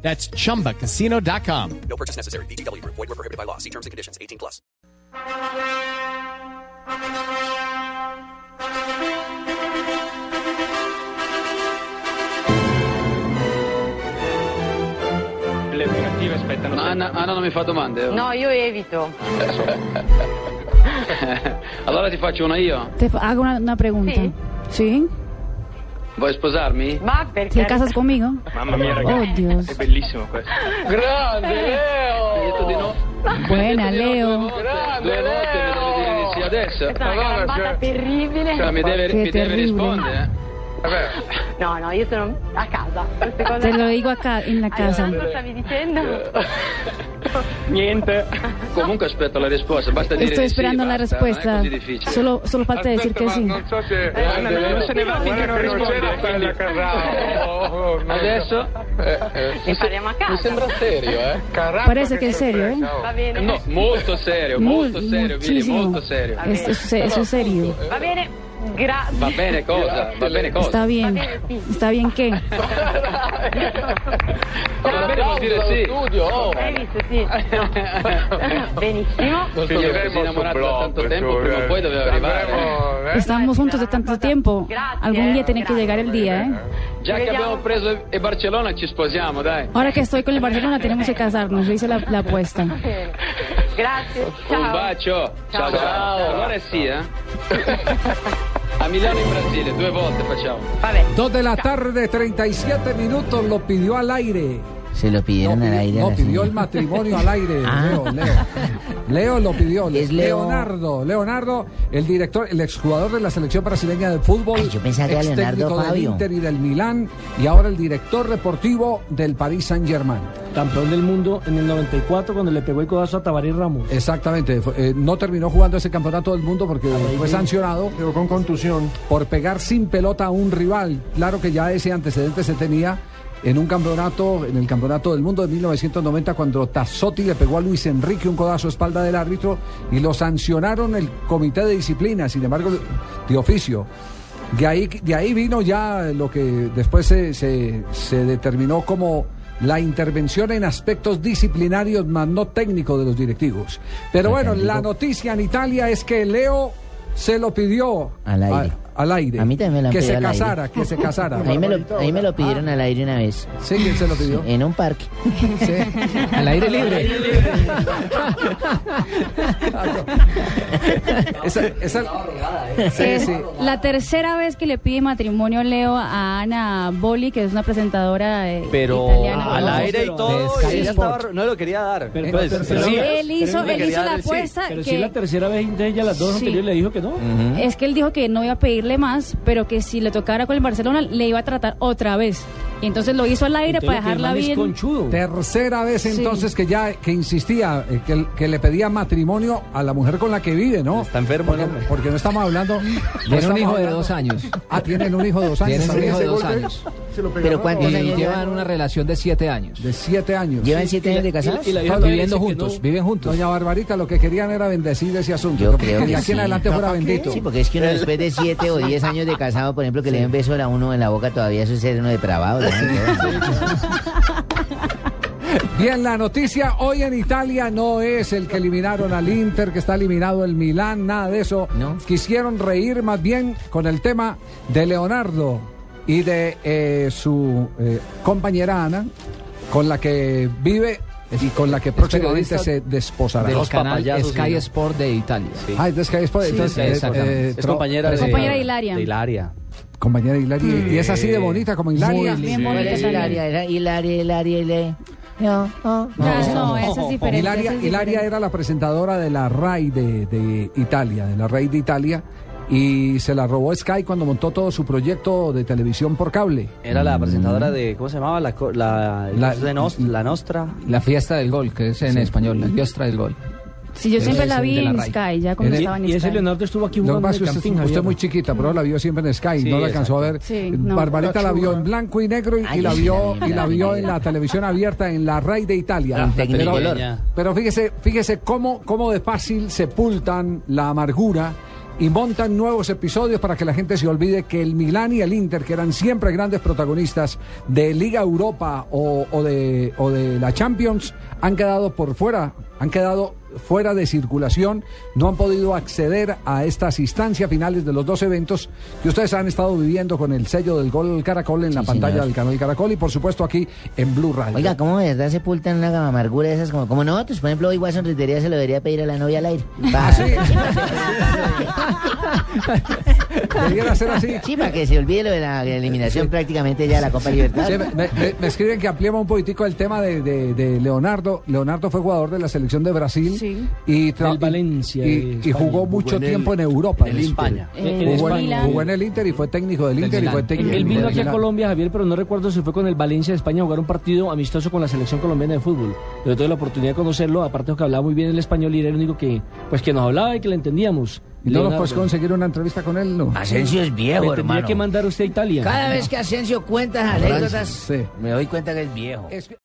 That's chumbacasino.com. No purchase necessary. BGW. Void were prohibited by law. See terms and conditions. 18 plus. Le negative aspettano No, Anna, Anna non mi fa domande? eh? No, io evito. Allora ti faccio una io. Te fa- hago una, una pregunta. Sí. Sí. Vuoi sposarmi? Ma perché? ¿Te casas conmigo? Mamma mia, ragazzi. Oh, Dios. È bellissimo questo. Grande Leo! Eh. Hai detto di no? Buena, Hai detto di no due Leo. Esatto. volte. Due volte mi devi dire di sì adesso. Questa è una gambata terribile. Cioè, mi deve, Che mi deve terribile. rispondere. eh. No, no, io sono a casa. Queste cose... Te lo dico acá en la Allora, casa. cosa stavi dicendo? Eh, Niente. Comunque aspetto la risposta, basta dire Estoy di sì, esperando la basta, respuesta. Non è così difficile. Solo, solo falta decir que sí. so se Anna, non se ne va finché non risponde. quindi- Adesso? Che parliamo a casa. serio, eh? Parece que es serio, ¿eh? Va bene. No, molto serio, Mul- molto serio, Vili, muchísimo. molto serio. eh, Esto, es se- eso es serio. Va bene. Grazie. Va bene cosa? Va bene cosa? Está bien. Va bene, sí. ¿Está bien qué? Va bene vuol dire sì. Hai visto, sì. Eh, Benissimo. Figlio che si è innamorato da tanto tempo, prima o poi doveva arrivare. Estamos juntos de tanto tiempo. Gracias. Algún día tiene que llegar el día, ¿eh? Già che abbiamo preso e Barcellona ci sposiamo, dai. Ahora que estoy con el Barcelona tenemos que casarnos. Yo hice la, la apuesta. Bene. Grazie. Un Ciao. bacio. Ciao. ciao. Allora è sì, eh. A Milano in Brasile, due volte facciamo. Vabbè. 2 de la tarde, 37 minutos, lo pidió al aire. Se lo No, pidieron pidió, al aire. a no, la pidió señora. el matrimonio al aire, Ah. Leo, Leo. Leo lo pidió, Es Leo. Leonardo, Leonardo, el director, el exjugador de la selección brasileña de fútbol, Ay, yo pensaba que era ex Leonardo técnico del Fabio. Inter y del Milán, y ahora el director deportivo del Paris Saint Germain. Campeón del mundo en el 94 cuando le pegó el codazo a Tabaré Ramos. Exactamente, fue- eh, no terminó jugando ese campeonato del mundo porque fue sancionado con contusión. por pegar sin pelota a un rival. Claro que ya ese antecedente se tenía en un campeonato, en el campeonato del mundo de 1990, cuando Tassotti le pegó a Luis Enrique un codazo a espalda del árbitro y lo sancionaron el comité de disciplina, sin embargo, de oficio. De ahí, de ahí vino ya lo que después se, se- se determinó como la intervención en aspectos disciplinarios, más no técnicos de los directivos. Pero bueno, la noticia en Italia es que Leo se lo pidió Al aire. a- al aire. A mí también me la han Que pedido se al aire. casara, que se casara. A mí me lo, a mí me lo pidieron al aire una vez. Sí, ¿quién se lo pidió? En un parque. Al aire libre. esa, esa- sí, Es sí. la tercera vez que le pide matrimonio Leo a Ana Boli, que es una presentadora eh, italiana. al aire y todo, y ella estaba- no lo quería dar. Pero- Pues, pero- sí. Él hizo, Pero él hizo la apuesta Pero si que la tercera vez de ella, las dos Sí. anteriores le dijo que no. es que él dijo que no iba a pedirle más, pero que si le tocara con el Barcelona le iba a tratar otra vez. Y entonces lo hizo al aire Entonces, lo que para el dejarla man es bien. conchudo. Tercera vez entonces que ya que insistía, eh, que, que le pedía matrimonio a la mujer con la que vive, ¿no? Está enfermo, porque, porque no estamos hablando. Tiene un hijo de dos años. Ah, tienen un hijo de dos años. un hijo de dos años. Pero cuántos años llevan? una relación de siete años. De siete años. ¿Llevan siete años de casados? y la vieja todavía dice que no. viven juntos. Doña Barbarita, lo que querían era bendecir ese asunto. Yo que- creo de que aquí sí. en adelante fuera bendito. Sí, porque es que uno después de siete o diez años de casado, por ejemplo, que le den beso a uno en la boca, todavía eso es ser uno depravado. ¿no? Bien, la noticia hoy en Italia no es el que eliminaron al Inter, que está eliminado el Milán, nada de eso. No. Quisieron reír más bien con el tema de Leonardo y de eh, su eh, compañera Ana, con la que vive y con la que próximamente se desposará. canal Sky Sport de Italia. Ah, entonces, ¿qué es? Pues, entonces, eh, tro- de- Mm. Compañera de Hilaria. de compañera de Hilaria. Y es así de bonita como Hilaria. Bien bonita Hilaria, también. Hilaria, Hilaria, Hilaria, Hilaria. No, no, no. Ah, no, esa es diferente. Hilaria, esa es Hilaria diferente. era la presentadora de la RAI de, de Italia, de la RAI de Italia, y se la robó Sky cuando montó todo su proyecto de televisión por cable. Era la presentadora de, ¿cómo se llamaba? La, co- la, Mm. La- la, la Nostra. La fiesta del gol, que es en español, la fiesta del gol. Sí, yo Es siempre la el vi de la en RAI. Sky, ya cuando Y- estaba en y Sky. ese Leonardo estuvo aquí Lo que jugando pasa en es que el usted, Campín, usted es Javier. muy chiquita, pero la vio siempre en Sky, Sí, no la alcanzó a ver. Sí, no. Barbarita la vio en blanco y negro y, Ay, y la sí, vio la vi, y la la vi, vio la vi. en la televisión abierta en la RAI de Italia. En pero, Tecnicolor. pero fíjese, fíjese cómo, cómo de fácil sepultan la amargura y montan nuevos episodios para que la gente se olvide que el Milán y el Inter, que eran siempre grandes protagonistas de Liga Europa o, o de, o de la Champions, han quedado por fuera, han quedado fuera de circulación, no han podido acceder a estas instancias finales de los dos eventos que ustedes han estado viviendo con el sello del gol Caracol en la pantalla señor. del canal Caracol y por supuesto aquí en Blue Radio. Oiga, ¿cómo de verdad sepultan una amargura de esas? Como, como nosotros, por ejemplo, hoy Watson Rentería se lo debería pedir a la novia al aire. Ah, Ah, Pa- Debiera ser así. Sí, para que se olvide lo de la eliminación prácticamente ya de la Copa Libertad. Sí, me, me- me escriben que ampliemos un poquitico el tema de, de- de Leonardo. Leonardo fue jugador de la selección de Brasil Sí. y, tra- Del Valencia y- de y España. jugó Jugó mucho en el- tiempo en Europa. en el después. España. Eh, En Jugó, en, España. jugó en el Inter y fue técnico del Del Inter y fue Milán. técnico Él vino del aquí a Milán. Colombia, Javier, pero no recuerdo si fue con el Valencia de España a jugar un partido amistoso con la selección colombiana de fútbol. Pero tuve la oportunidad de conocerlo, aparte de que hablaba muy bien el español y era el único que, pues, que nos hablaba y que le entendíamos. ¿Y no nos puedes Leonardo. Ah, conseguir una entrevista con él? No. Asensio es Me viejo, tendría hermano. que mandar usted a Italia. Cada vez que Asensio cuenta anécdotas, Sí. me doy cuenta que es viejo. Es que-